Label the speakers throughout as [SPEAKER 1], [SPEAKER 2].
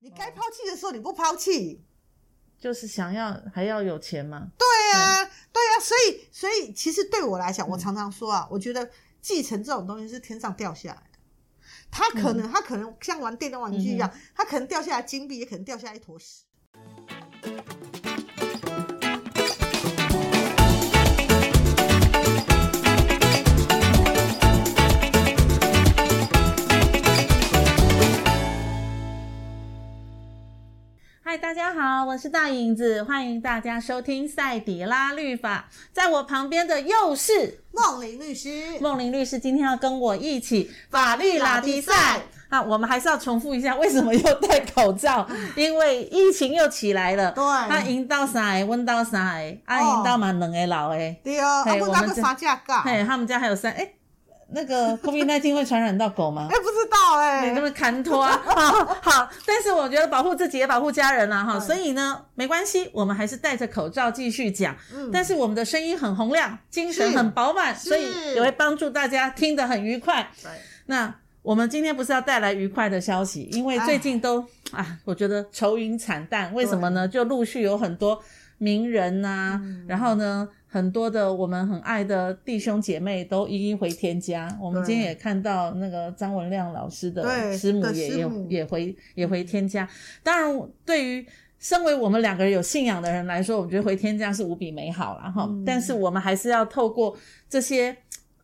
[SPEAKER 1] 你
[SPEAKER 2] 哦
[SPEAKER 1] 该抛弃的时候你不抛弃，
[SPEAKER 2] 就是想要还要有钱嘛。
[SPEAKER 1] 对
[SPEAKER 2] 嗯
[SPEAKER 1] 啊，对啊，所以所以其实对我来讲，我常常说啊，我觉得继承这种东西是天上掉下来的。他可
[SPEAKER 2] 嗯
[SPEAKER 1] 能、他可能像玩电动玩具一样，他可能掉下来金币，也可能掉下来一坨屎。
[SPEAKER 2] 嗨，大家好，我是大影子，欢迎大家收听赛底拉律法。在我旁边的又是
[SPEAKER 1] 梦玲律师，
[SPEAKER 2] 梦玲律师，今天要跟我一起法律拉力赛。啊，我们还是要重复一下，为什么又戴口罩？因为疫情又起来了。
[SPEAKER 1] 对
[SPEAKER 2] 那引到啥？温到啥？啊，
[SPEAKER 1] 哦
[SPEAKER 2] 引到嘛冷的老诶。
[SPEAKER 1] 对哦，啊，
[SPEAKER 2] 嘿
[SPEAKER 1] 不
[SPEAKER 2] 我
[SPEAKER 1] 拿
[SPEAKER 2] 们
[SPEAKER 1] 个
[SPEAKER 2] 这
[SPEAKER 1] 啥价格？哎，
[SPEAKER 2] 嘿，他们家还有三哎、那个 COVID 1 9会传染到狗吗？
[SPEAKER 1] 不知道哎、
[SPEAKER 2] 你那么砍拖、啊好，好，但是我觉得保护自己也保护家人啦、
[SPEAKER 1] 嗯
[SPEAKER 2] 哈，所以呢，没关系，我们还是戴着口罩继续讲，
[SPEAKER 1] 嗯
[SPEAKER 2] 但是我们的声音很洪亮，精神
[SPEAKER 1] 是
[SPEAKER 2] 很饱满，
[SPEAKER 1] 是
[SPEAKER 2] 所以也会帮助大家听得很愉快。
[SPEAKER 1] 对
[SPEAKER 2] 那我们今天不是要带来愉快的消息，因为最近都啊，我觉得愁云惨淡。为什么呢？就陆续有很多名人呐、
[SPEAKER 1] 嗯
[SPEAKER 2] 然后呢，很多的我们很爱的弟兄姐妹都一一回天家。我们
[SPEAKER 1] 对
[SPEAKER 2] 今天也看到那个张文亮老师的
[SPEAKER 1] 对
[SPEAKER 2] 师母
[SPEAKER 1] 的
[SPEAKER 2] 也
[SPEAKER 1] 师
[SPEAKER 2] 也
[SPEAKER 1] 母嗯
[SPEAKER 2] 也回也回天家。当然，对于身为我们两个人有信仰的人来说，我觉得回天家是无比美好啦。哈、
[SPEAKER 1] 嗯
[SPEAKER 2] 但是我们还是要透过这些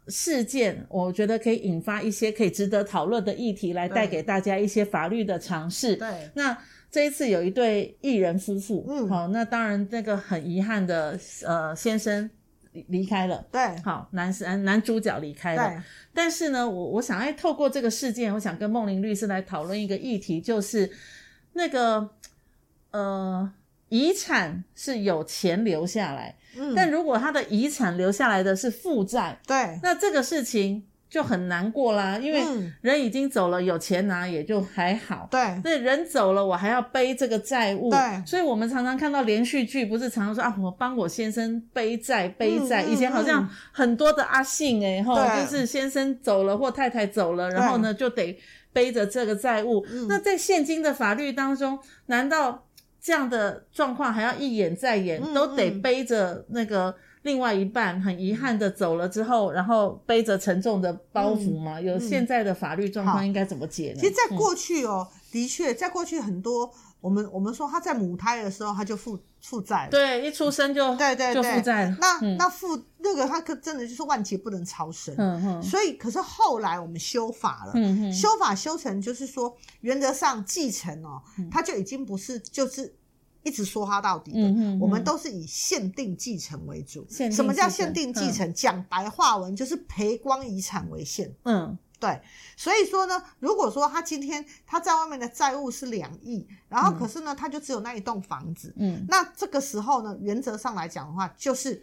[SPEAKER 2] 事件，我觉得可以引发一些可以值得讨论的议题，来带给大家一些法律的尝试。
[SPEAKER 1] 对，
[SPEAKER 2] 那这一次有一对艺人夫妇，
[SPEAKER 1] 嗯
[SPEAKER 2] 好、那当然那个很遗憾的，呃，先生离离开了，
[SPEAKER 1] 对
[SPEAKER 2] 好，男男男主角离开了
[SPEAKER 1] 对，，
[SPEAKER 2] 但是呢，我我想要透过这个事件，我想跟梦玲律师来讨论一个议题，就是那个呃，遗产是有钱留下来，
[SPEAKER 1] 嗯，
[SPEAKER 2] 但如果他的遗产留下来的是负债，
[SPEAKER 1] 对，
[SPEAKER 2] 那这个事情就很难过啦，因为
[SPEAKER 1] 嗯
[SPEAKER 2] 人已经走了，有钱拿也就还好。
[SPEAKER 1] 对，
[SPEAKER 2] 对，人走了，我还要背这个债务。
[SPEAKER 1] 对
[SPEAKER 2] 所以我们常常看到连续剧，不是常常说啊，我帮我先生背债背债。
[SPEAKER 1] 嗯嗯
[SPEAKER 2] 以前好像很多的阿信哎、吼，
[SPEAKER 1] 对
[SPEAKER 2] 就是先生走了或太太走了，然后呢就得背着这个债务。
[SPEAKER 1] 嗯
[SPEAKER 2] 那在现今的法律当中，难道这样的状况还要一演再演，
[SPEAKER 1] 嗯
[SPEAKER 2] 都得
[SPEAKER 1] 嗯
[SPEAKER 2] 背着那个？另外一半很遗憾的走了之后，然后背着沉重的包袱吗？有现在的法律状
[SPEAKER 1] 嗯
[SPEAKER 2] 况
[SPEAKER 1] 好
[SPEAKER 2] 应该怎么解呢？
[SPEAKER 1] 其实，在过去哦，的确，在过去很多，我们我们说他在母胎的时候，他就负负债了。
[SPEAKER 2] 对，一出生就
[SPEAKER 1] 对对
[SPEAKER 2] 就
[SPEAKER 1] 对
[SPEAKER 2] 负债了。
[SPEAKER 1] 那、
[SPEAKER 2] 嗯
[SPEAKER 1] 那负那个，他可真的就是万劫不能超生。
[SPEAKER 2] 嗯哼，
[SPEAKER 1] 所以，可是后来我们修法了，
[SPEAKER 2] 嗯哼，
[SPEAKER 1] 修法修成就是说，原则上继承哦，
[SPEAKER 2] 嗯
[SPEAKER 1] 他就已经不是就是一直说他到底的。
[SPEAKER 2] 嗯哼，
[SPEAKER 1] 我们都是以限定继承为主。
[SPEAKER 2] 限定
[SPEAKER 1] 什么叫
[SPEAKER 2] 继承
[SPEAKER 1] 限定继
[SPEAKER 2] 嗯
[SPEAKER 1] 承？讲白话文就是赔光遗产为限。
[SPEAKER 2] 嗯
[SPEAKER 1] 对，所以说呢，如果说他今天他在外面的债务是两亿，然后可是呢，他就只有那一栋房子，
[SPEAKER 2] 嗯
[SPEAKER 1] 那这个时候呢，原则上来讲的话，就是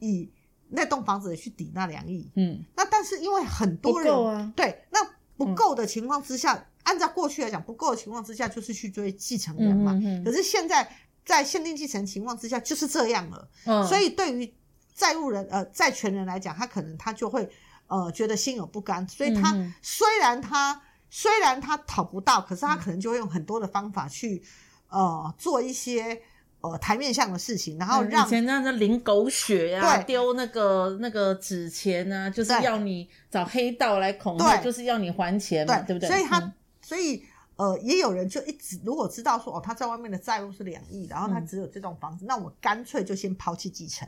[SPEAKER 1] 以那栋房子去抵那两亿。
[SPEAKER 2] 嗯，
[SPEAKER 1] 那但是因为很
[SPEAKER 2] 不
[SPEAKER 1] 多人、
[SPEAKER 2] 够啊，
[SPEAKER 1] 对那不够的情况之下，按照过去来讲，不够的情况之下就是去追继承人嘛。
[SPEAKER 2] 嗯嗯嗯
[SPEAKER 1] 可是现在在限定继承情况之下就是这样了，
[SPEAKER 2] 嗯，
[SPEAKER 1] 所
[SPEAKER 2] 以
[SPEAKER 1] 以对于债务人呃债权人来讲，他可能他就会呃觉得心有不甘，所以他、
[SPEAKER 2] 嗯嗯
[SPEAKER 1] 虽然他虽然他讨不到，可是
[SPEAKER 2] 嗯
[SPEAKER 1] 他可能就会用很多的方法去呃做一些呃台面上的事情，然后让
[SPEAKER 2] 嗯以前那那淋狗血呀，
[SPEAKER 1] 对
[SPEAKER 2] 丢那个那个纸钱啊，就是
[SPEAKER 1] 对
[SPEAKER 2] 要你找黑道来恐吓，
[SPEAKER 1] 对
[SPEAKER 2] 就是要你还钱嘛，对不对？
[SPEAKER 1] 所以他、
[SPEAKER 2] 嗯
[SPEAKER 1] 所以。呃，也有人就一直如果知道说哦，他在外面的债务是两亿，然后他
[SPEAKER 2] 嗯
[SPEAKER 1] 只有这栋房子，那我干脆就先抛弃继承。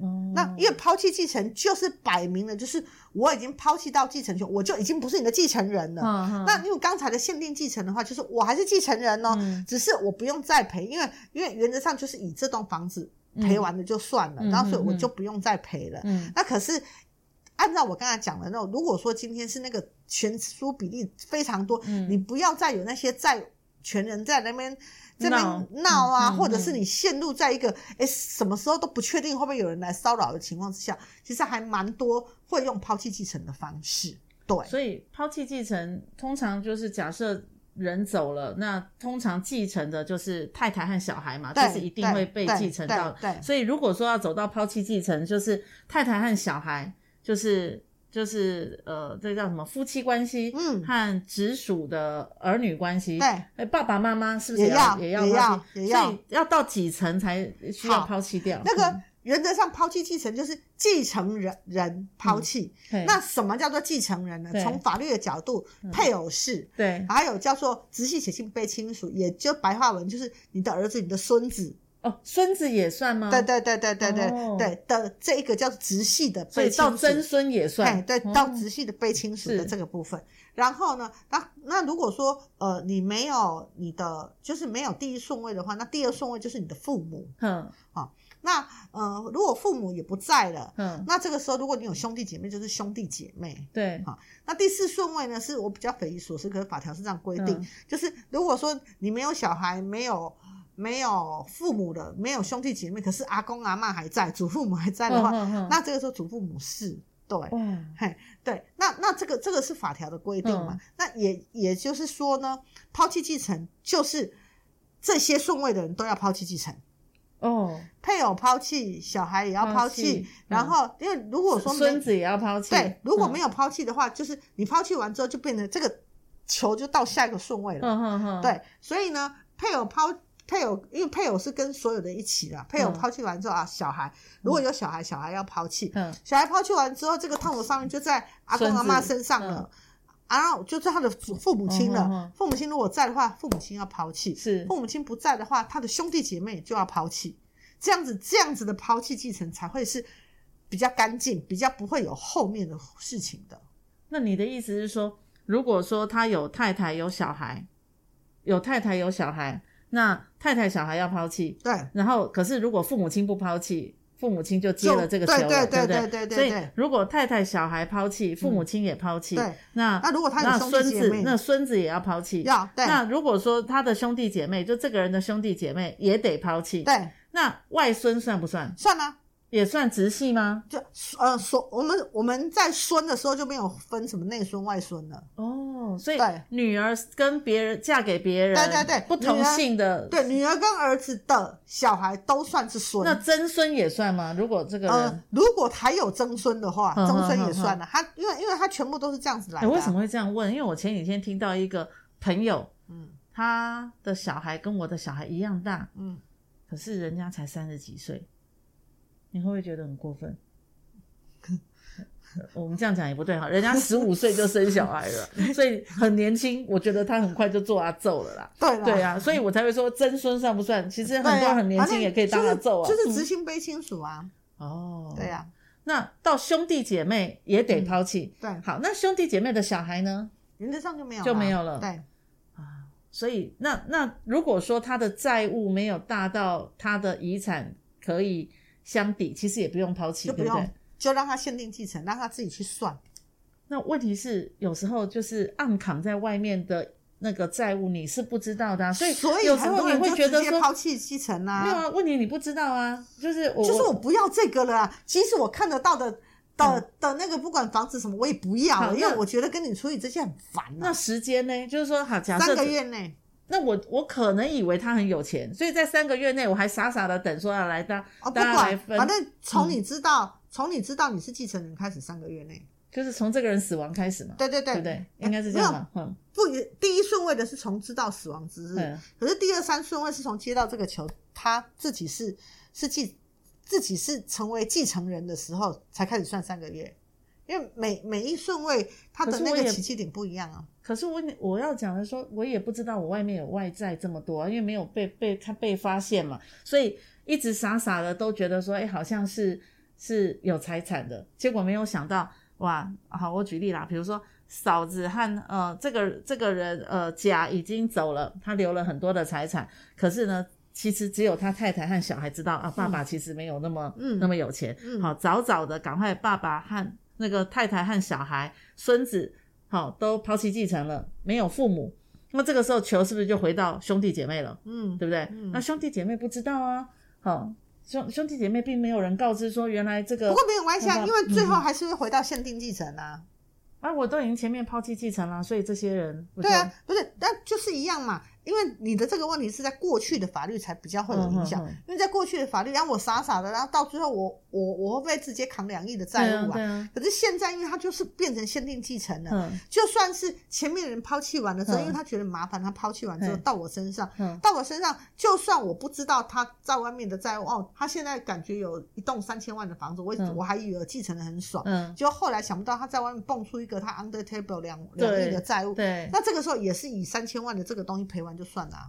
[SPEAKER 2] 哦
[SPEAKER 1] 那因为抛弃继承就是摆明了，就是我已经抛弃到继承权，我就已经不是你的继承人了。
[SPEAKER 2] 嗯嗯
[SPEAKER 1] 那因为刚才的限定继承的话，就是我还是继承人哦，
[SPEAKER 2] 嗯
[SPEAKER 1] 只是我不用再赔，因为因为原则上就是以这栋房子赔完了就算了，
[SPEAKER 2] 嗯
[SPEAKER 1] 然后所以
[SPEAKER 2] 嗯嗯
[SPEAKER 1] 我就不用再赔了。
[SPEAKER 2] 嗯
[SPEAKER 1] 那可是按照我刚才讲的那种，如果说今天是那个权书比例非常多，
[SPEAKER 2] 嗯
[SPEAKER 1] 你不要再有那些债权人在那边。这
[SPEAKER 2] 闹
[SPEAKER 1] 边闹啊，
[SPEAKER 2] 嗯嗯
[SPEAKER 1] 或者是你陷入在一个哎、诶什么时候都不确定会不会有人来骚扰的情况之下，其实还蛮多会用抛弃继承的方式。对，
[SPEAKER 2] 所以抛弃继承通常就是假设人走了，那通常继承的就是太太和小孩嘛，这
[SPEAKER 1] 对
[SPEAKER 2] 是一定会被继承到的。
[SPEAKER 1] 对对对对
[SPEAKER 2] 所以如果说要走到抛弃继承，就是太太和小孩，就是就是呃，这叫什么夫妻关系，
[SPEAKER 1] 嗯
[SPEAKER 2] 和直属的儿女关系，
[SPEAKER 1] 对
[SPEAKER 2] 哎，爸爸妈妈是不是
[SPEAKER 1] 也
[SPEAKER 2] 要
[SPEAKER 1] 要
[SPEAKER 2] 也
[SPEAKER 1] 也
[SPEAKER 2] 抛
[SPEAKER 1] 要
[SPEAKER 2] 弃？
[SPEAKER 1] 也要
[SPEAKER 2] 所以要到几层才需要
[SPEAKER 1] 好
[SPEAKER 2] 抛弃掉？
[SPEAKER 1] 那
[SPEAKER 2] 嗯
[SPEAKER 1] 个原则上抛弃继承就是继承人人抛弃。
[SPEAKER 2] 嗯对
[SPEAKER 1] 那什么叫做继承人呢
[SPEAKER 2] 对？嗯
[SPEAKER 1] 从法律的角度，配偶是，
[SPEAKER 2] 对
[SPEAKER 1] 还有叫做直系血亲被亲属，也就白话文就是你的儿子、你的孙子。
[SPEAKER 2] 哦，孙子也算吗？
[SPEAKER 1] 对对对对对对、
[SPEAKER 2] 嗯哦
[SPEAKER 1] 对的，这一个叫直系的
[SPEAKER 2] 所以
[SPEAKER 1] 被亲
[SPEAKER 2] 到
[SPEAKER 1] 属。
[SPEAKER 2] 曾孙也
[SPEAKER 1] 哎，
[SPEAKER 2] 算，
[SPEAKER 1] 对，
[SPEAKER 2] 哦
[SPEAKER 1] 到直系的被亲属的
[SPEAKER 2] 是
[SPEAKER 1] 这个部分。然后呢，那那如果说呃你没有你的就是没有第一顺位的话，那第二顺位就是你的父母。
[SPEAKER 2] 嗯
[SPEAKER 1] 那呃如果父母也不在了，
[SPEAKER 2] 嗯，
[SPEAKER 1] 那这个时候如果你有兄弟姐妹，就是兄弟姐妹。
[SPEAKER 2] 对
[SPEAKER 1] 那第四顺位呢，是我比较匪夷所思，可是法条是这样规定，
[SPEAKER 2] 嗯
[SPEAKER 1] 就是如果说你没有小孩，没有。没有父母的，没有兄弟姐妹，可是阿公阿妈还在，祖父母还在的话，
[SPEAKER 2] 嗯嗯嗯
[SPEAKER 1] 那这个时候祖父母是对，
[SPEAKER 2] 哇，
[SPEAKER 1] 嘿，对，那那这个这个是法条的规定嘛？
[SPEAKER 2] 嗯
[SPEAKER 1] 那也也就是说呢，抛弃继承就是这些顺位的人都要抛弃继承，
[SPEAKER 2] 哦，
[SPEAKER 1] 配偶抛弃，小孩也要
[SPEAKER 2] 抛
[SPEAKER 1] 抛
[SPEAKER 2] 弃
[SPEAKER 1] 弃，
[SPEAKER 2] 嗯
[SPEAKER 1] 然后因为如果说没
[SPEAKER 2] 孙子也要抛弃，嗯
[SPEAKER 1] 对，如果没有
[SPEAKER 2] 有，
[SPEAKER 1] 抛弃的话，就是你抛弃完之后就变成这个球就到下一个顺位了，
[SPEAKER 2] 嗯嗯嗯，
[SPEAKER 1] 对，所以呢，配偶抛。配偶，因为配偶是跟所有的一起的，配偶
[SPEAKER 2] 嗯
[SPEAKER 1] 抛弃完之后啊，小孩如果有小孩，小孩要抛弃，
[SPEAKER 2] 嗯，
[SPEAKER 1] 小孩抛弃完之后，这个烫手上面就在阿公阿妈身上
[SPEAKER 2] 孙
[SPEAKER 1] 了，啊，然后就在他的祖父母亲了。
[SPEAKER 2] 嗯嗯嗯嗯
[SPEAKER 1] 父母亲如果在的话，父母亲要抛弃；
[SPEAKER 2] 是
[SPEAKER 1] 父母亲不在的话，他的兄弟姐妹就要抛弃。这样子，这样子的抛弃继承才会是比较干净，比较不会有后面的事情的。
[SPEAKER 2] 那你的意思是说，如果说他有太太有小孩，有太太有小孩，那太太小孩要抛弃，
[SPEAKER 1] 对，
[SPEAKER 2] 然后可是如果父母亲不抛弃，父母亲就接
[SPEAKER 1] 就
[SPEAKER 2] 了这个球
[SPEAKER 1] 对
[SPEAKER 2] 了，
[SPEAKER 1] 对对
[SPEAKER 2] 不
[SPEAKER 1] 对对对
[SPEAKER 2] 所以
[SPEAKER 1] 对嗯
[SPEAKER 2] 如果太太小孩抛弃，父母亲也抛弃，
[SPEAKER 1] 对
[SPEAKER 2] 那
[SPEAKER 1] 那如果他有
[SPEAKER 2] 啊那
[SPEAKER 1] 兄弟
[SPEAKER 2] 孙
[SPEAKER 1] 姐
[SPEAKER 2] 子
[SPEAKER 1] 妹，
[SPEAKER 2] 那孙子也要抛弃。
[SPEAKER 1] 要对
[SPEAKER 2] 那如果说他的兄弟姐妹，就这个人的兄弟姐妹也得抛弃，
[SPEAKER 1] 对，
[SPEAKER 2] 那外孙算不算？
[SPEAKER 1] 算了。
[SPEAKER 2] 也算直系吗？
[SPEAKER 1] 就呃，所我们我们在孙的时候就没有分什么内孙外孙了，
[SPEAKER 2] 哦，所以
[SPEAKER 1] 对
[SPEAKER 2] 女儿跟别人嫁给别人，
[SPEAKER 1] 对对对
[SPEAKER 2] 不同
[SPEAKER 1] 女儿
[SPEAKER 2] 姓的，
[SPEAKER 1] 对，女儿跟儿子的小孩都算是孙。
[SPEAKER 2] 那曾孙也算吗？如果这个人，
[SPEAKER 1] 呃，如果还有曾孙的话，
[SPEAKER 2] 嗯
[SPEAKER 1] 曾孙也算了。他因为因为他全部都是这样子来
[SPEAKER 2] 哎
[SPEAKER 1] 的啊。
[SPEAKER 2] 为什么会这样问？因为我前几天听到一个朋友，
[SPEAKER 1] 嗯？
[SPEAKER 2] 他的小孩跟我的小孩一样大，
[SPEAKER 1] 嗯
[SPEAKER 2] 可是人家才三十几岁，你会不会觉得很过分？ 我们这样讲也不对哈，人家十五岁就生小孩了，所以很年轻。我觉得他很快就做阿揍了啦。
[SPEAKER 1] 嗯，对啦
[SPEAKER 2] 对，啊，所以我才会说曾孙算不 算？其实
[SPEAKER 1] 对啊
[SPEAKER 2] 很多人很年
[SPEAKER 1] 反
[SPEAKER 2] 轻
[SPEAKER 1] 正
[SPEAKER 2] 也可以当阿揍啊，
[SPEAKER 1] 就是就
[SPEAKER 2] 嗯
[SPEAKER 1] 是直亲卑亲属啊，
[SPEAKER 2] 哦，
[SPEAKER 1] 对啊呀，
[SPEAKER 2] 那到兄弟姐妹也得抛弃。
[SPEAKER 1] 对，
[SPEAKER 2] 好，那兄弟姐妹的小孩呢？
[SPEAKER 1] 原则上就没有
[SPEAKER 2] 就没
[SPEAKER 1] 啦
[SPEAKER 2] 有了
[SPEAKER 1] 对，
[SPEAKER 2] 所以那那如果说他的债务没有大到他的遗产可以相抵，其实也不用抛弃，
[SPEAKER 1] 就不
[SPEAKER 2] 对不对
[SPEAKER 1] 用？，就让他限定继承，让他自己去算。
[SPEAKER 2] 那问题是有时候就是暗扛在外面的那个债务你是不知道的啊、所以
[SPEAKER 1] 所以
[SPEAKER 2] 有时
[SPEAKER 1] 很
[SPEAKER 2] 候
[SPEAKER 1] 多
[SPEAKER 2] 你
[SPEAKER 1] 人
[SPEAKER 2] 会
[SPEAKER 1] 就
[SPEAKER 2] 觉
[SPEAKER 1] 直
[SPEAKER 2] 得
[SPEAKER 1] 接
[SPEAKER 2] 说
[SPEAKER 1] 抛弃继承啊，
[SPEAKER 2] 没有啊，问题你不知道啊，就是我
[SPEAKER 1] 就是我不要这个了啊。其实我看得到的的的那个，不管房子什么，我也不要
[SPEAKER 2] 嗯好
[SPEAKER 1] 了，因为
[SPEAKER 2] 那
[SPEAKER 1] 我觉得跟你处理这些很烦
[SPEAKER 2] 那
[SPEAKER 1] 啊。
[SPEAKER 2] 时间呢，就是说好，假设
[SPEAKER 1] 三个月内，
[SPEAKER 2] 那我我可能以为他很有钱，所以在三个月内我还傻傻的等说要来大、
[SPEAKER 1] 哦，不
[SPEAKER 2] 大家来
[SPEAKER 1] 管，
[SPEAKER 2] 分，嗯
[SPEAKER 1] 反正从你知道，从你知道你是继承人开始三个月内，
[SPEAKER 2] 就是从这个人死亡开始嘛，
[SPEAKER 1] 对对对，
[SPEAKER 2] 不对
[SPEAKER 1] 哎？
[SPEAKER 2] 应该是这样吧？嗯
[SPEAKER 1] 没有不，第一顺位的是从知道死亡之日，
[SPEAKER 2] 嗯
[SPEAKER 1] 可是第二三顺位是从接到这个球，他自己是是继自己是成为继承人的时候才开始算三个月，因为每每一顺位他
[SPEAKER 2] 可
[SPEAKER 1] 的
[SPEAKER 2] 是
[SPEAKER 1] 那
[SPEAKER 2] 我也
[SPEAKER 1] 个起讫点不一样啊。
[SPEAKER 2] 可是我我要讲的说，我也不知道我外面有外债这么多啊、因为没有被被他被发现嘛，所以一直傻傻的都觉得说，哎，好像是是有财产的，结果没有想到，哇，好，我举例啦，比如说嫂子和呃这个这个人呃甲已经走了，他留了很多的财产，可是呢。其实只有他太太和小孩知道啊，爸爸其实没有那么、
[SPEAKER 1] 嗯
[SPEAKER 2] 那么有钱。
[SPEAKER 1] 嗯
[SPEAKER 2] 好，早早的赶快爸爸和那个太太和小孩、孙子好都抛弃继承了，没有父母，那这个时候球是不是就回到兄弟姐妹了，
[SPEAKER 1] 嗯，
[SPEAKER 2] 对不对？
[SPEAKER 1] 嗯
[SPEAKER 2] 那兄弟姐妹不知道啊，好兄兄弟姐妹并没有人告知说原来这个嗯
[SPEAKER 1] 不过没有关系
[SPEAKER 2] 那
[SPEAKER 1] 啊，
[SPEAKER 2] 么
[SPEAKER 1] 因为最后还是会回到限定继承啊。
[SPEAKER 2] 啊，我都已经前面抛弃继承了，所以这些人我
[SPEAKER 1] 对
[SPEAKER 2] 就
[SPEAKER 1] 啊，不是，但就是一样嘛。因为你的这个问题是在过去的法律才比较会有影响，
[SPEAKER 2] 嗯嗯嗯
[SPEAKER 1] 因为在过去的法律，然啊后我傻傻的，然后到最后我我我会不会直接扛两亿的债务
[SPEAKER 2] 对啊
[SPEAKER 1] 可是现在，因为它就是变成限定继承了，
[SPEAKER 2] 嗯
[SPEAKER 1] 就算是前面的人抛弃完了之后，
[SPEAKER 2] 嗯
[SPEAKER 1] 因为他觉得麻烦，他抛弃完之后
[SPEAKER 2] 嗯
[SPEAKER 1] 到我身上，
[SPEAKER 2] 嗯
[SPEAKER 1] 到我身上，就算我不知道他在外面的债务，哦，他现在感觉有一栋三千万的房子，我、
[SPEAKER 2] 嗯
[SPEAKER 1] 我还以为继承的很爽，
[SPEAKER 2] 嗯，
[SPEAKER 1] 就后来想不到他在外面蹦出一个他 under table 两两亿的债务，
[SPEAKER 2] 对，
[SPEAKER 1] 那这个时候也是以三千万的这个东西赔完就算了、啊，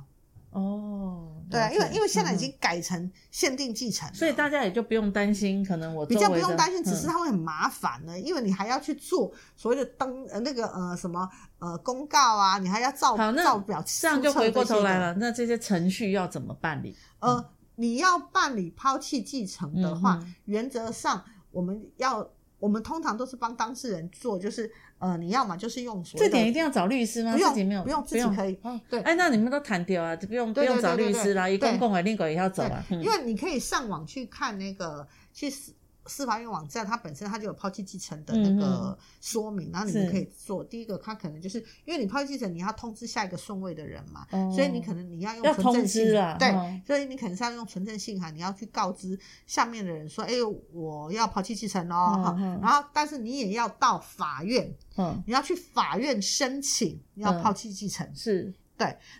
[SPEAKER 2] 哦，
[SPEAKER 1] 对啊，
[SPEAKER 2] 了
[SPEAKER 1] 因为
[SPEAKER 2] 解
[SPEAKER 1] 因为现在已
[SPEAKER 2] 嗯
[SPEAKER 1] 经改成限定继承了，
[SPEAKER 2] 所以大家也就不用担心，可能我
[SPEAKER 1] 比
[SPEAKER 2] 周
[SPEAKER 1] 较不
[SPEAKER 2] 围
[SPEAKER 1] 用
[SPEAKER 2] 的
[SPEAKER 1] 担心，只
[SPEAKER 2] 嗯
[SPEAKER 1] 是它会很麻烦呢，因为你还要去做所谓的登呃那个呃什么呃公告啊，你还要照
[SPEAKER 2] 好那
[SPEAKER 1] 照表
[SPEAKER 2] 这样就
[SPEAKER 1] 注册
[SPEAKER 2] 回过
[SPEAKER 1] 这
[SPEAKER 2] 头
[SPEAKER 1] 些
[SPEAKER 2] 来
[SPEAKER 1] 的。
[SPEAKER 2] 了，那这些程序要怎么办理？
[SPEAKER 1] 呃，你要办理抛弃继承的话，
[SPEAKER 2] 嗯哼
[SPEAKER 1] 原则上我们要我们通常都是帮当事人做，就是呃你要嘛就是用所
[SPEAKER 2] 这
[SPEAKER 1] 谓
[SPEAKER 2] 点一
[SPEAKER 1] 的。
[SPEAKER 2] 定要找律师吗？
[SPEAKER 1] 不用
[SPEAKER 2] 自己没有，
[SPEAKER 1] 不用自己可以
[SPEAKER 2] 哦
[SPEAKER 1] 对
[SPEAKER 2] 哎，那你们都谈掉啊，就不用不
[SPEAKER 1] 对对
[SPEAKER 2] 用找
[SPEAKER 1] 对
[SPEAKER 2] 律
[SPEAKER 1] 对
[SPEAKER 2] 师啦，
[SPEAKER 1] 对
[SPEAKER 2] 一公公委另狗也要走
[SPEAKER 1] 对
[SPEAKER 2] 啊。，嗯
[SPEAKER 1] 因为你可以上网去看那个去司司法院网站，它本身它就有抛弃继承的那
[SPEAKER 2] 嗯
[SPEAKER 1] 个说明，然后你
[SPEAKER 2] 是
[SPEAKER 1] 们可以做。第一个，它可能就是因为你抛弃继承，你要通知下一个顺位的人嘛，
[SPEAKER 2] 哦
[SPEAKER 1] 所以你可能你要用
[SPEAKER 2] 要
[SPEAKER 1] 纯
[SPEAKER 2] 通
[SPEAKER 1] 正
[SPEAKER 2] 知
[SPEAKER 1] 信
[SPEAKER 2] 啊，
[SPEAKER 1] 对，
[SPEAKER 2] 哦
[SPEAKER 1] 所以你可能是要用纯正信函，你要去告知下面的人说，哎、我要抛弃继承哦，
[SPEAKER 2] 嗯
[SPEAKER 1] 哈
[SPEAKER 2] 嗯
[SPEAKER 1] 然后但是你也要到法院，
[SPEAKER 2] 嗯，
[SPEAKER 1] 你要去法院申请你要
[SPEAKER 2] 嗯
[SPEAKER 1] 抛弃继承。
[SPEAKER 2] 是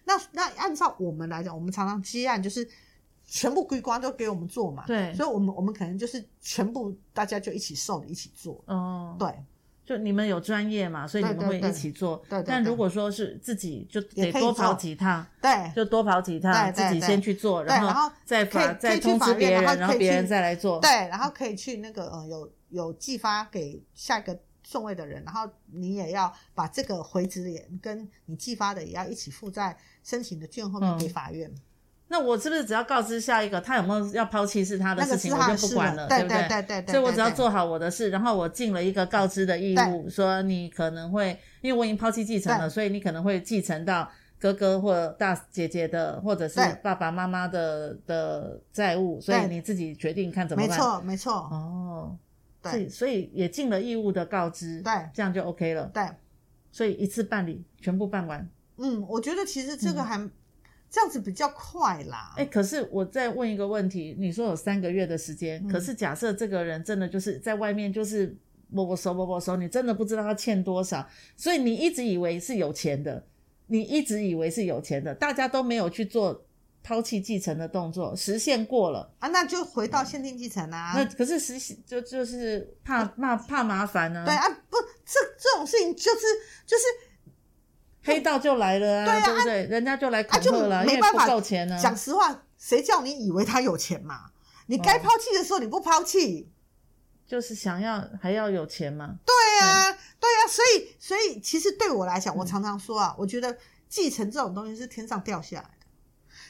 [SPEAKER 1] 那那按照我们来讲，我们常常接案就是全部归光都给我们做嘛，
[SPEAKER 2] 对
[SPEAKER 1] 所以我们我们可能就是全部大家就一起受理一起做，
[SPEAKER 2] 哦，
[SPEAKER 1] 对，
[SPEAKER 2] 就你们有专业嘛，所以你
[SPEAKER 1] 对
[SPEAKER 2] 们
[SPEAKER 1] 对
[SPEAKER 2] 会
[SPEAKER 1] 对
[SPEAKER 2] 一起做
[SPEAKER 1] 对对。对
[SPEAKER 2] 但如果说是自己，就得
[SPEAKER 1] 也可以
[SPEAKER 2] 多跑
[SPEAKER 1] 做
[SPEAKER 2] 几趟，
[SPEAKER 1] 对
[SPEAKER 2] 就多跑几趟，
[SPEAKER 1] 对对
[SPEAKER 2] 自己
[SPEAKER 1] 对
[SPEAKER 2] 先去做，
[SPEAKER 1] 对然
[SPEAKER 2] 后
[SPEAKER 1] 后
[SPEAKER 2] 再
[SPEAKER 1] 可以
[SPEAKER 2] 发
[SPEAKER 1] 可
[SPEAKER 2] 再
[SPEAKER 1] 以去
[SPEAKER 2] 通知
[SPEAKER 1] 法院
[SPEAKER 2] 别人，
[SPEAKER 1] 然后
[SPEAKER 2] 然
[SPEAKER 1] 可
[SPEAKER 2] 后
[SPEAKER 1] 以
[SPEAKER 2] 别人
[SPEAKER 1] 去
[SPEAKER 2] 再来做。
[SPEAKER 1] 对，然后可以去那个呃有有寄发给下一个顺位的人，然后你也要把这个回执联跟你寄发的也要一起附在申请的卷后面
[SPEAKER 2] 嗯
[SPEAKER 1] 给法院，
[SPEAKER 2] 那我是不是只要告知下一个他有没有要抛弃是他的
[SPEAKER 1] 那
[SPEAKER 2] 事
[SPEAKER 1] 个是
[SPEAKER 2] 情，我
[SPEAKER 1] 他的
[SPEAKER 2] 就不
[SPEAKER 1] 事
[SPEAKER 2] 管
[SPEAKER 1] 了
[SPEAKER 2] 了，
[SPEAKER 1] 对
[SPEAKER 2] 不
[SPEAKER 1] 对对对对，
[SPEAKER 2] 所以我只要
[SPEAKER 1] 对。
[SPEAKER 2] 做好我的事，然后我尽了一个告知的义务，说你可能会，因为我已经抛弃继承了，
[SPEAKER 1] 对
[SPEAKER 2] 所以你可能会继承到哥哥或大姐姐的，或者是
[SPEAKER 1] 对
[SPEAKER 2] 爸爸妈妈的的债务，所以
[SPEAKER 1] 对
[SPEAKER 2] 你自己决定看怎么
[SPEAKER 1] 没
[SPEAKER 2] 办。
[SPEAKER 1] 错，没错，
[SPEAKER 2] 哦，所以
[SPEAKER 1] 对
[SPEAKER 2] 所以也尽了义务的告知，
[SPEAKER 1] 对
[SPEAKER 2] 这样就 OK 了。
[SPEAKER 1] 对，
[SPEAKER 2] 所以一次办理全部办完。
[SPEAKER 1] 嗯，我觉得其实这个还、这样子比较快啦，
[SPEAKER 2] 哎，可是我再问一个问题，你说有三个月的时间，可
[SPEAKER 1] 嗯
[SPEAKER 2] 是假设这个人真的就是在外面就是摸摸手摸摸手，你真的不知道他欠多少，所以你一直以为是有钱的，你一直以为是有钱的，大家都没有去做抛弃继承的动作，实现过了，
[SPEAKER 1] 啊，那就回到限定继承啊，
[SPEAKER 2] 那可是实现就就是怕怕怕麻烦啊，
[SPEAKER 1] 对啊，不，这这种事情就是就是
[SPEAKER 2] 黑道就来了啊，
[SPEAKER 1] 对啊
[SPEAKER 2] 不对？人家就来恐
[SPEAKER 1] 啊就
[SPEAKER 2] 吓了，因
[SPEAKER 1] 没
[SPEAKER 2] 为
[SPEAKER 1] 办
[SPEAKER 2] 不
[SPEAKER 1] 法
[SPEAKER 2] 够钱啊呢、
[SPEAKER 1] 讲实话，谁叫你以为他有钱嘛？你该
[SPEAKER 2] 嗯
[SPEAKER 1] 抛弃的时候你不抛弃，
[SPEAKER 2] 就是想要还要有钱嘛，
[SPEAKER 1] 对啊，
[SPEAKER 2] 嗯
[SPEAKER 1] 对啊，所以所以其实对我来讲，我常常说啊，我觉得继承这种东西是天上掉下来的，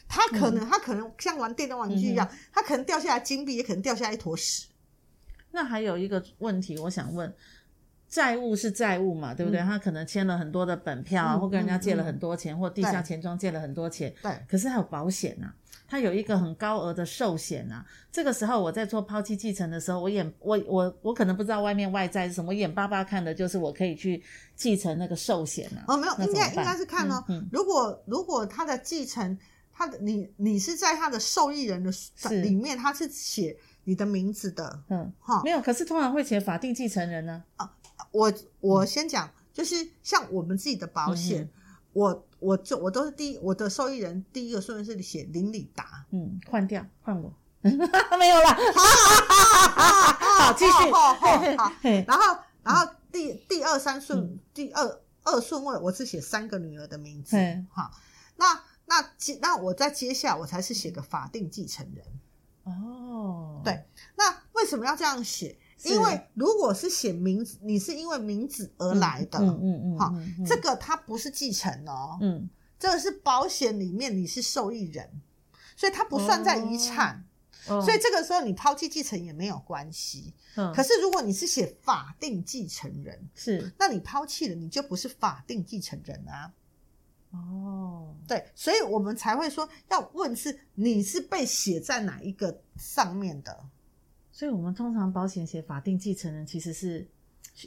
[SPEAKER 1] 它
[SPEAKER 2] 嗯
[SPEAKER 1] 可能、它可能像玩电动玩具一样，它可能掉下来金币，也可能掉下来一坨屎。
[SPEAKER 2] 那还有一个问题，我想问，债务是债务嘛，对不对？他可能签了很多的本票啊，
[SPEAKER 1] 嗯
[SPEAKER 2] 或跟人家借了很多钱，或地下钱庄借了很多钱，
[SPEAKER 1] 对，
[SPEAKER 2] 可是还有保险啊。他有一个很高额的寿险啊，这个时候我在做抛弃继承的时候，我眼我我我可能不知道外面外债是什么，我眼巴巴看的就是我可以去继承那个寿险啊。
[SPEAKER 1] 哦，没有，
[SPEAKER 2] 那
[SPEAKER 1] 应
[SPEAKER 2] 怎
[SPEAKER 1] 该
[SPEAKER 2] 么
[SPEAKER 1] 应
[SPEAKER 2] 办
[SPEAKER 1] 该是看哦，
[SPEAKER 2] 嗯
[SPEAKER 1] 如果如果他的继承，他的你你是在他的受益人的
[SPEAKER 2] 是
[SPEAKER 1] 里面，他是写你的名字的
[SPEAKER 2] 嗯，
[SPEAKER 1] 哈。
[SPEAKER 2] 没有，可是通常会写法定继承人呢、
[SPEAKER 1] 我我先讲，就是像我们自己的保险，我我就我都是第一，我的受益人第一个顺位是写林里 达，
[SPEAKER 2] 嗯，换掉，换我， 没有啦。好，继续。
[SPEAKER 1] 好好哦嗯好
[SPEAKER 2] 嘿
[SPEAKER 1] 然后然后第第二三顺、第二二顺位我是写三个女儿的名字
[SPEAKER 2] 嗯，
[SPEAKER 1] 哈，那那接那我再接下来我才是写个法定继承人，
[SPEAKER 2] 哦，
[SPEAKER 1] 对那为什么要这样写？
[SPEAKER 2] 是
[SPEAKER 1] 因为如果是写名字，你是因为名字而来的，
[SPEAKER 2] 嗯嗯嗯，
[SPEAKER 1] 好
[SPEAKER 2] 嗯嗯
[SPEAKER 1] 这个它不是继承哦，
[SPEAKER 2] 嗯
[SPEAKER 1] 这个是保险里面你是受益人，所以它不算在遗产，
[SPEAKER 2] 哦
[SPEAKER 1] 所以这个时候你抛弃继承也没有关系。
[SPEAKER 2] 嗯
[SPEAKER 1] 可是如果你是写法定继承人，
[SPEAKER 2] 是
[SPEAKER 1] 那你抛弃了你就不是法定继承人啊。
[SPEAKER 2] 哦，
[SPEAKER 1] 对，所以我们才会说要问是你是被写在哪一个上面的。
[SPEAKER 2] 所以我们通常保险写法定继承人其实是。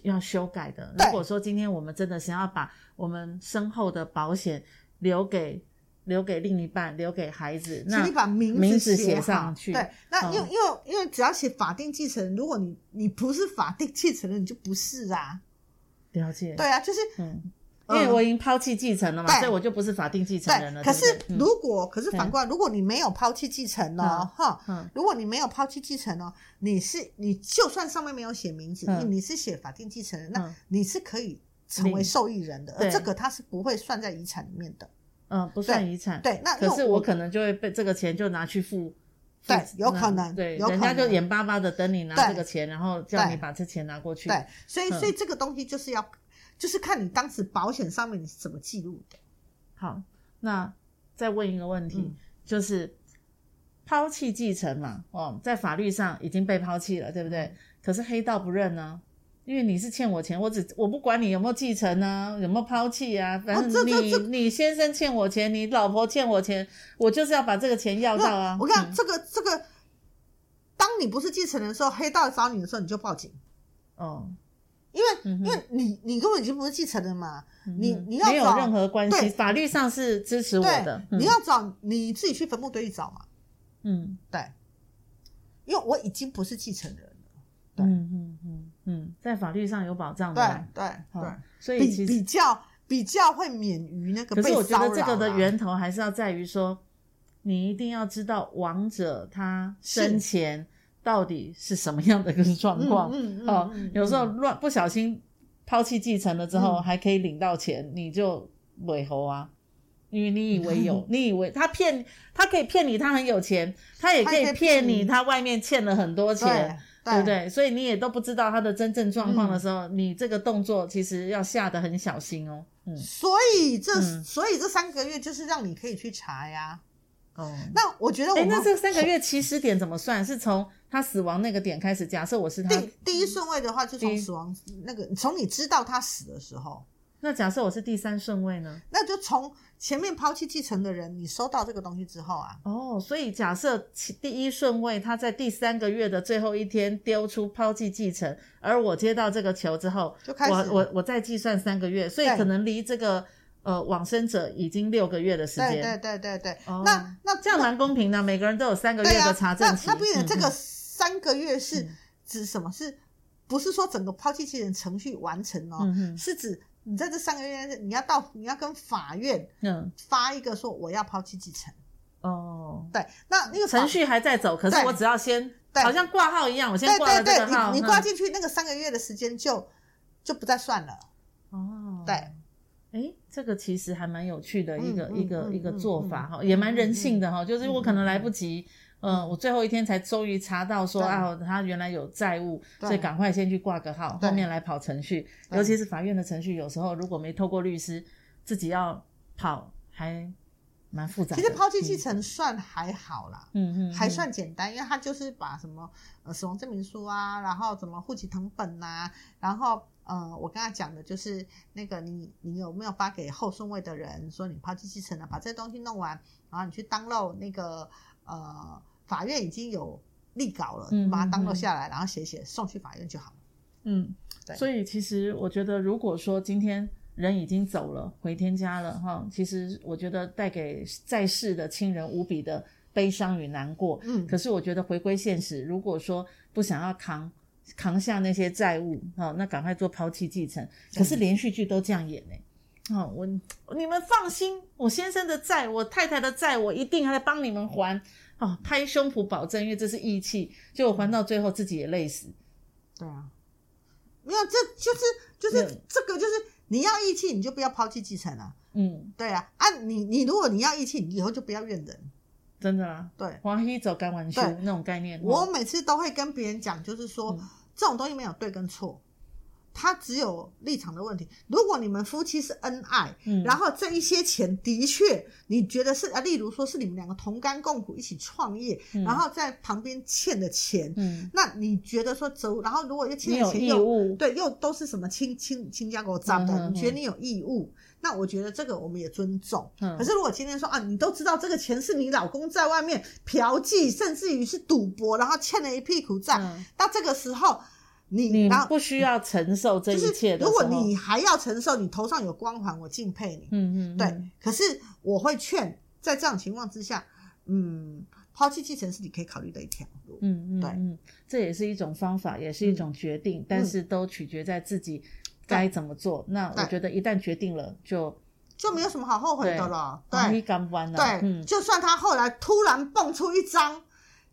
[SPEAKER 2] 要修改的。
[SPEAKER 1] 对
[SPEAKER 2] 如果说今天我们真的想要把我们身后的保险留给留给另一半，留给孩子。
[SPEAKER 1] 请
[SPEAKER 2] 那
[SPEAKER 1] 你把名
[SPEAKER 2] 名
[SPEAKER 1] 字
[SPEAKER 2] 字
[SPEAKER 1] 写
[SPEAKER 2] 写
[SPEAKER 1] 好
[SPEAKER 2] 上去
[SPEAKER 1] 对，那
[SPEAKER 2] 嗯
[SPEAKER 1] 因为、因为因为只要写法定继承人，如果你你不是法定继承人，你就不是啊。
[SPEAKER 2] 了解，
[SPEAKER 1] 对啊，就是
[SPEAKER 2] 嗯，因
[SPEAKER 1] 嗯
[SPEAKER 2] 为我已经抛弃继承了嘛，
[SPEAKER 1] 对
[SPEAKER 2] 所以我就不是法定继承人了。
[SPEAKER 1] 可
[SPEAKER 2] 对
[SPEAKER 1] 是
[SPEAKER 2] 不对嗯
[SPEAKER 1] 如果、可是反过来，如果你没有抛弃继承哦，哈、
[SPEAKER 2] 嗯
[SPEAKER 1] 如果你没有抛弃继承哦，你是你就算上面没有写名字，
[SPEAKER 2] 嗯
[SPEAKER 1] 你是写法定继承人，那
[SPEAKER 2] 嗯
[SPEAKER 1] 你是可以成为
[SPEAKER 2] 领
[SPEAKER 1] 受益人的，而
[SPEAKER 2] 对
[SPEAKER 1] 这个它是不会算在遗产里面的。
[SPEAKER 2] 嗯，不算遗产。
[SPEAKER 1] 对，啊那因为
[SPEAKER 2] 可是我可能就会被这个钱就拿去付。
[SPEAKER 1] 对
[SPEAKER 2] 付
[SPEAKER 1] 有可
[SPEAKER 2] 那
[SPEAKER 1] 能
[SPEAKER 2] 对，
[SPEAKER 1] 有可
[SPEAKER 2] 人家就
[SPEAKER 1] 能
[SPEAKER 2] 眼巴巴的等你拿
[SPEAKER 1] 对
[SPEAKER 2] 这个钱，然后叫
[SPEAKER 1] 对
[SPEAKER 2] 你把这钱拿过去。
[SPEAKER 1] 对，所以
[SPEAKER 2] 嗯
[SPEAKER 1] 所以这个东西就是要，就是看你当时保险上面你是怎么记录的。
[SPEAKER 2] 好，那再问一个问题，
[SPEAKER 1] 嗯
[SPEAKER 2] 就是抛弃继承嘛，哦，在法律上已经被抛弃了，对
[SPEAKER 1] 嗯
[SPEAKER 2] 不对？可是黑道不认呢、因为你是欠我钱，我只我不管你有没有继承啊，有没有抛弃啊，反
[SPEAKER 1] 哦这
[SPEAKER 2] 正你、
[SPEAKER 1] 这这
[SPEAKER 2] 你先生欠我钱，你老婆欠我钱，我就是要把这个钱要到啊。
[SPEAKER 1] 我看
[SPEAKER 2] 嗯
[SPEAKER 1] 这个这个，当你不是继承人的时候，黑道找你的时候，你就报警，
[SPEAKER 2] 哦，
[SPEAKER 1] 因为、
[SPEAKER 2] 嗯哼
[SPEAKER 1] 因为你你根本已经不是继承人嘛，你
[SPEAKER 2] 嗯
[SPEAKER 1] 你要
[SPEAKER 2] 没有
[SPEAKER 1] 找
[SPEAKER 2] 任何关系，
[SPEAKER 1] 对
[SPEAKER 2] 法律上是支持我
[SPEAKER 1] 对
[SPEAKER 2] 的，。
[SPEAKER 1] 你
[SPEAKER 2] 嗯
[SPEAKER 1] 要找你自己去坟墓堆里找嘛，
[SPEAKER 2] 嗯
[SPEAKER 1] 对，因为我已经不是继承人了，对
[SPEAKER 2] 嗯嗯嗯嗯，在法律上有保障的
[SPEAKER 1] 对
[SPEAKER 2] 啦。
[SPEAKER 1] 对对，
[SPEAKER 2] 嗯好所以
[SPEAKER 1] 比
[SPEAKER 2] 其实
[SPEAKER 1] 比较比较会免于那个
[SPEAKER 2] 可
[SPEAKER 1] 被
[SPEAKER 2] 是我觉
[SPEAKER 1] 骚
[SPEAKER 2] 得这
[SPEAKER 1] 扰啊
[SPEAKER 2] 个的
[SPEAKER 1] 啦
[SPEAKER 2] 源头还是要在于说，你一定要知道王者他生前到底是什么样的一个状况。
[SPEAKER 1] 嗯嗯嗯
[SPEAKER 2] 哦
[SPEAKER 1] 嗯，
[SPEAKER 2] 有时候
[SPEAKER 1] 嗯
[SPEAKER 2] 乱不小心抛弃继承了之后，
[SPEAKER 1] 嗯
[SPEAKER 2] 还可以领到钱，你就尾猴啊。因为你以为有，你以为他骗，他可以骗你，他很有钱，他也可
[SPEAKER 1] 他也可以
[SPEAKER 2] 以
[SPEAKER 1] 骗
[SPEAKER 2] 骗
[SPEAKER 1] 你
[SPEAKER 2] 你，他外面欠了很多钱
[SPEAKER 1] 对，
[SPEAKER 2] 对不对？所以你也都不知道他的真正状况的时候，你这个动作其实要下得很小心哦。嗯，
[SPEAKER 1] 所以这、
[SPEAKER 2] 嗯
[SPEAKER 1] 所以这三个月就是让你可以去查呀。
[SPEAKER 2] 哦，
[SPEAKER 1] 那我觉得我
[SPEAKER 2] 哎，
[SPEAKER 1] 们
[SPEAKER 2] 那这三个月起始点怎么算？是从他死亡那个点开始？假设我是他，
[SPEAKER 1] 第第一顺位的话，就
[SPEAKER 2] 嗯第
[SPEAKER 1] 从
[SPEAKER 2] 一
[SPEAKER 1] 死亡那个从你知道他死的时候，
[SPEAKER 2] 那假设我是第三顺位呢？
[SPEAKER 1] 那就从前面抛弃继承的人，你收到这个东西之后啊，
[SPEAKER 2] 哦，所以假设其第一顺位他在第三个月的最后一天丢出抛弃继承，而我接到这个球之后，
[SPEAKER 1] 就开始
[SPEAKER 2] 我我我再计算三个月，所以
[SPEAKER 1] 对
[SPEAKER 2] 可能离这个呃往生者已经六个月的时
[SPEAKER 1] 对对
[SPEAKER 2] 间。
[SPEAKER 1] 对对对，
[SPEAKER 2] 哦
[SPEAKER 1] 那那
[SPEAKER 2] 这样蛮公平的，每个人都有三个月
[SPEAKER 1] 对啊
[SPEAKER 2] 的查，证
[SPEAKER 1] 那
[SPEAKER 2] 期。
[SPEAKER 1] 那不仅
[SPEAKER 2] 嗯
[SPEAKER 1] 这个
[SPEAKER 2] 嗯
[SPEAKER 1] 三个月是
[SPEAKER 2] 嗯
[SPEAKER 1] 指什么？是不是说整个抛弃继承程序完成哦？
[SPEAKER 2] 嗯哼
[SPEAKER 1] 是指你在这三个月内，你要到你要跟法院
[SPEAKER 2] 嗯
[SPEAKER 1] 发一个说我要抛弃继承。
[SPEAKER 2] 哦，
[SPEAKER 1] 对，那那个法
[SPEAKER 2] 程序还在走，可是
[SPEAKER 1] 对
[SPEAKER 2] 我只要先
[SPEAKER 1] 对
[SPEAKER 2] 好像挂号一样，我先
[SPEAKER 1] 对
[SPEAKER 2] 挂了
[SPEAKER 1] 对
[SPEAKER 2] 这
[SPEAKER 1] 对，
[SPEAKER 2] 个号，
[SPEAKER 1] 你你
[SPEAKER 2] 嗯
[SPEAKER 1] 挂进去那个三个月的时间就就不再算了。
[SPEAKER 2] 哦，
[SPEAKER 1] 对，
[SPEAKER 2] 哎，这个其实还蛮有趣的一个、
[SPEAKER 1] 嗯
[SPEAKER 2] 一个、
[SPEAKER 1] 嗯
[SPEAKER 2] 一个
[SPEAKER 1] 嗯
[SPEAKER 2] 做
[SPEAKER 1] 嗯
[SPEAKER 2] 法哈，也蛮人性的哈、就是我可能来不及。嗯，
[SPEAKER 1] 嗯
[SPEAKER 2] 我最后一天才终于查到说
[SPEAKER 1] 对
[SPEAKER 2] 啊，他原来有债务，
[SPEAKER 1] 对
[SPEAKER 2] 所以赶快先去挂个号，
[SPEAKER 1] 对
[SPEAKER 2] 后面来跑程序。
[SPEAKER 1] 对
[SPEAKER 2] 尤其是法院的程序，有时候如果没透过律师，自己要跑还蛮复杂
[SPEAKER 1] 其
[SPEAKER 2] 的。嗯
[SPEAKER 1] 实抛弃继承算还好啦，
[SPEAKER 2] 嗯，嗯嗯，
[SPEAKER 1] 还算简单，因为他就是把什么呃死亡证明书啊，然后什么户籍成本呐、然后呃我刚才讲的就是那个你你有没有发给后顺位的人说你抛弃继承了，把这东西弄完，然后你去当漏那个呃法院已经有立稿了，
[SPEAKER 2] 嗯
[SPEAKER 1] 你把它当漏
[SPEAKER 2] 嗯嗯
[SPEAKER 1] 下来，然后写一写送去法院就好了。
[SPEAKER 2] 嗯，
[SPEAKER 1] 对
[SPEAKER 2] 所以其实我觉得，如果说今天人已经走了，回天家了哈，其实我觉得带给在世的亲人无比的悲伤与难过。
[SPEAKER 1] 嗯
[SPEAKER 2] 可是我觉得回归现实，如果说不想要扛扛下那些债务，哦，那赶快做抛弃继
[SPEAKER 1] 嗯
[SPEAKER 2] 承。可是连续剧都这样演呢、哦，我你们放心，我先生的债，我太太的债，我一定还在帮你们还。哦，拍胸脯保证，因为这是义气。结果还到最后，自己也累死。
[SPEAKER 1] 对啊，没有，这就是就是
[SPEAKER 2] 嗯
[SPEAKER 1] 这个就是你要义气，你就不要抛弃继承啊。
[SPEAKER 2] 嗯，
[SPEAKER 1] 对啊，啊，你你如果你要义气，你以后就不要怨人。
[SPEAKER 2] 真的啦，
[SPEAKER 1] 对，
[SPEAKER 2] 黄黑走干完修
[SPEAKER 1] 对
[SPEAKER 2] 那种概念。
[SPEAKER 1] 我
[SPEAKER 2] 哦
[SPEAKER 1] 每次都会跟别人讲，就是说、
[SPEAKER 2] 嗯
[SPEAKER 1] 这种东西没有对跟错，它只有立场的问题。如果你们夫妻是恩爱，
[SPEAKER 2] 嗯
[SPEAKER 1] 然后这一些钱的确你觉得是啊，例如说是你们两个同甘共苦一起创业，
[SPEAKER 2] 嗯
[SPEAKER 1] 然后在旁边欠的钱，
[SPEAKER 2] 嗯，
[SPEAKER 1] 那你觉得说走，然后如果又
[SPEAKER 2] 你
[SPEAKER 1] 欠的
[SPEAKER 2] 有
[SPEAKER 1] 钱
[SPEAKER 2] 义
[SPEAKER 1] 又
[SPEAKER 2] 务，
[SPEAKER 1] 对，又都是什么亲亲亲家给我扎的，
[SPEAKER 2] 嗯嗯
[SPEAKER 1] 你觉得你有义务？那我觉得这个我们也尊重。
[SPEAKER 2] 嗯
[SPEAKER 1] 可是如果今天说啊，你都知道这个钱是你老公在外面嫖妓，甚至于是赌博，然后欠了一屁股债，
[SPEAKER 2] 嗯
[SPEAKER 1] 到这个时候你
[SPEAKER 2] 你
[SPEAKER 1] 然后
[SPEAKER 2] 不需要承受这
[SPEAKER 1] 就
[SPEAKER 2] 一
[SPEAKER 1] 是
[SPEAKER 2] 切的
[SPEAKER 1] 如
[SPEAKER 2] 时候。
[SPEAKER 1] 果你还要承受，你头上有光环，我敬佩你。
[SPEAKER 2] 嗯嗯，嗯
[SPEAKER 1] 对，可是我会劝在这样的情况之下，嗯，抛弃继承是你可以考虑的一条路。
[SPEAKER 2] 嗯嗯，
[SPEAKER 1] 对嗯
[SPEAKER 2] 嗯，这也是一种方法，也是一种决定，但是都取决在自己该怎么做。那我
[SPEAKER 1] 对
[SPEAKER 2] 觉得一旦决定了，就
[SPEAKER 1] 就没有什么好后悔的了。
[SPEAKER 2] 你
[SPEAKER 1] 对
[SPEAKER 2] 敢弯了。
[SPEAKER 1] 对，
[SPEAKER 2] 嗯，
[SPEAKER 1] 就算他后来突然蹦出一张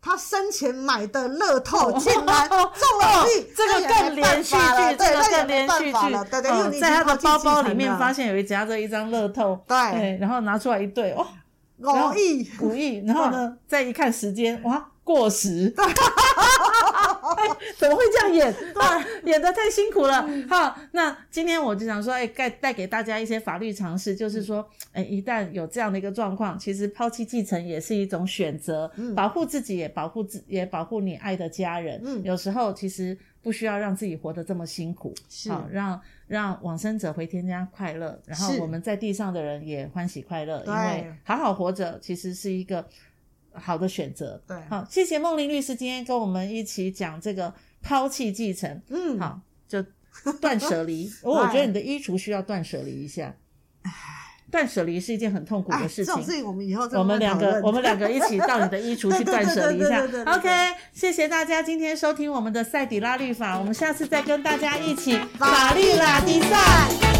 [SPEAKER 1] 他生前买的乐透，竟然中了
[SPEAKER 2] 哦
[SPEAKER 1] 币，
[SPEAKER 2] 这
[SPEAKER 1] 那
[SPEAKER 2] 个
[SPEAKER 1] 也
[SPEAKER 2] 更
[SPEAKER 1] 没
[SPEAKER 2] 连
[SPEAKER 1] 办
[SPEAKER 2] 续
[SPEAKER 1] 法了
[SPEAKER 2] 剧，
[SPEAKER 1] 对，
[SPEAKER 2] 这个
[SPEAKER 1] 那也
[SPEAKER 2] 更
[SPEAKER 1] 没
[SPEAKER 2] 连
[SPEAKER 1] 办
[SPEAKER 2] 续
[SPEAKER 1] 法
[SPEAKER 2] 剧
[SPEAKER 1] 了。对对，因为你
[SPEAKER 2] 嗯
[SPEAKER 1] 已经
[SPEAKER 2] 在他
[SPEAKER 1] 抛
[SPEAKER 2] 的
[SPEAKER 1] 弃
[SPEAKER 2] 包
[SPEAKER 1] 继
[SPEAKER 2] 包
[SPEAKER 1] 承
[SPEAKER 2] 里面
[SPEAKER 1] 了
[SPEAKER 2] 发现有一夹着一张乐透，
[SPEAKER 1] 对
[SPEAKER 2] 然后拿出来一对，哦哇，
[SPEAKER 1] 五亿，
[SPEAKER 2] 五亿，然后呢，再一看时间，哇，过时， 哎怎么会这样演？啊，演的太辛苦了。好，那今天我就想说，哎，带带给大家一些法律常识，就是说，哎，一旦有这样的一个状况，其实抛弃继承也是一种选择，保护自己也保护自也保护你爱的家人。
[SPEAKER 1] 嗯
[SPEAKER 2] 有时候其实不需要让自己活得这么辛苦，
[SPEAKER 1] 是
[SPEAKER 2] 好让让往生者回天家快乐，然后
[SPEAKER 1] 是
[SPEAKER 2] 我们在地上的人也欢喜快乐，因
[SPEAKER 1] 对
[SPEAKER 2] 为好好活着其实是一个好的选择。
[SPEAKER 1] 对
[SPEAKER 2] 好，谢谢梦玲律师今天跟我们一起讲这个抛弃继承，
[SPEAKER 1] 嗯，
[SPEAKER 2] 好，就断舍 离。哦我觉得你的衣橱需要断舍离一下，断舍离是一件很痛苦
[SPEAKER 1] 哎，
[SPEAKER 2] 的事
[SPEAKER 1] 这
[SPEAKER 2] 情
[SPEAKER 1] 种。事情我们以后再
[SPEAKER 2] 我们
[SPEAKER 1] 慢慢
[SPEAKER 2] 两
[SPEAKER 1] 讨
[SPEAKER 2] 个
[SPEAKER 1] 论，
[SPEAKER 2] 我们两个一起到你的衣橱 去
[SPEAKER 1] 对对
[SPEAKER 2] 断舍
[SPEAKER 1] 对
[SPEAKER 2] 离一
[SPEAKER 1] 对
[SPEAKER 2] 下
[SPEAKER 1] 对对。对
[SPEAKER 2] OK，谢谢大家今天收听我们的赛底拉律法，我们下次再跟大家一起
[SPEAKER 1] 法
[SPEAKER 2] 法律
[SPEAKER 1] 律
[SPEAKER 2] 拉
[SPEAKER 1] 拉
[SPEAKER 2] 迪
[SPEAKER 1] 迪
[SPEAKER 2] 赛。
[SPEAKER 1] 赛。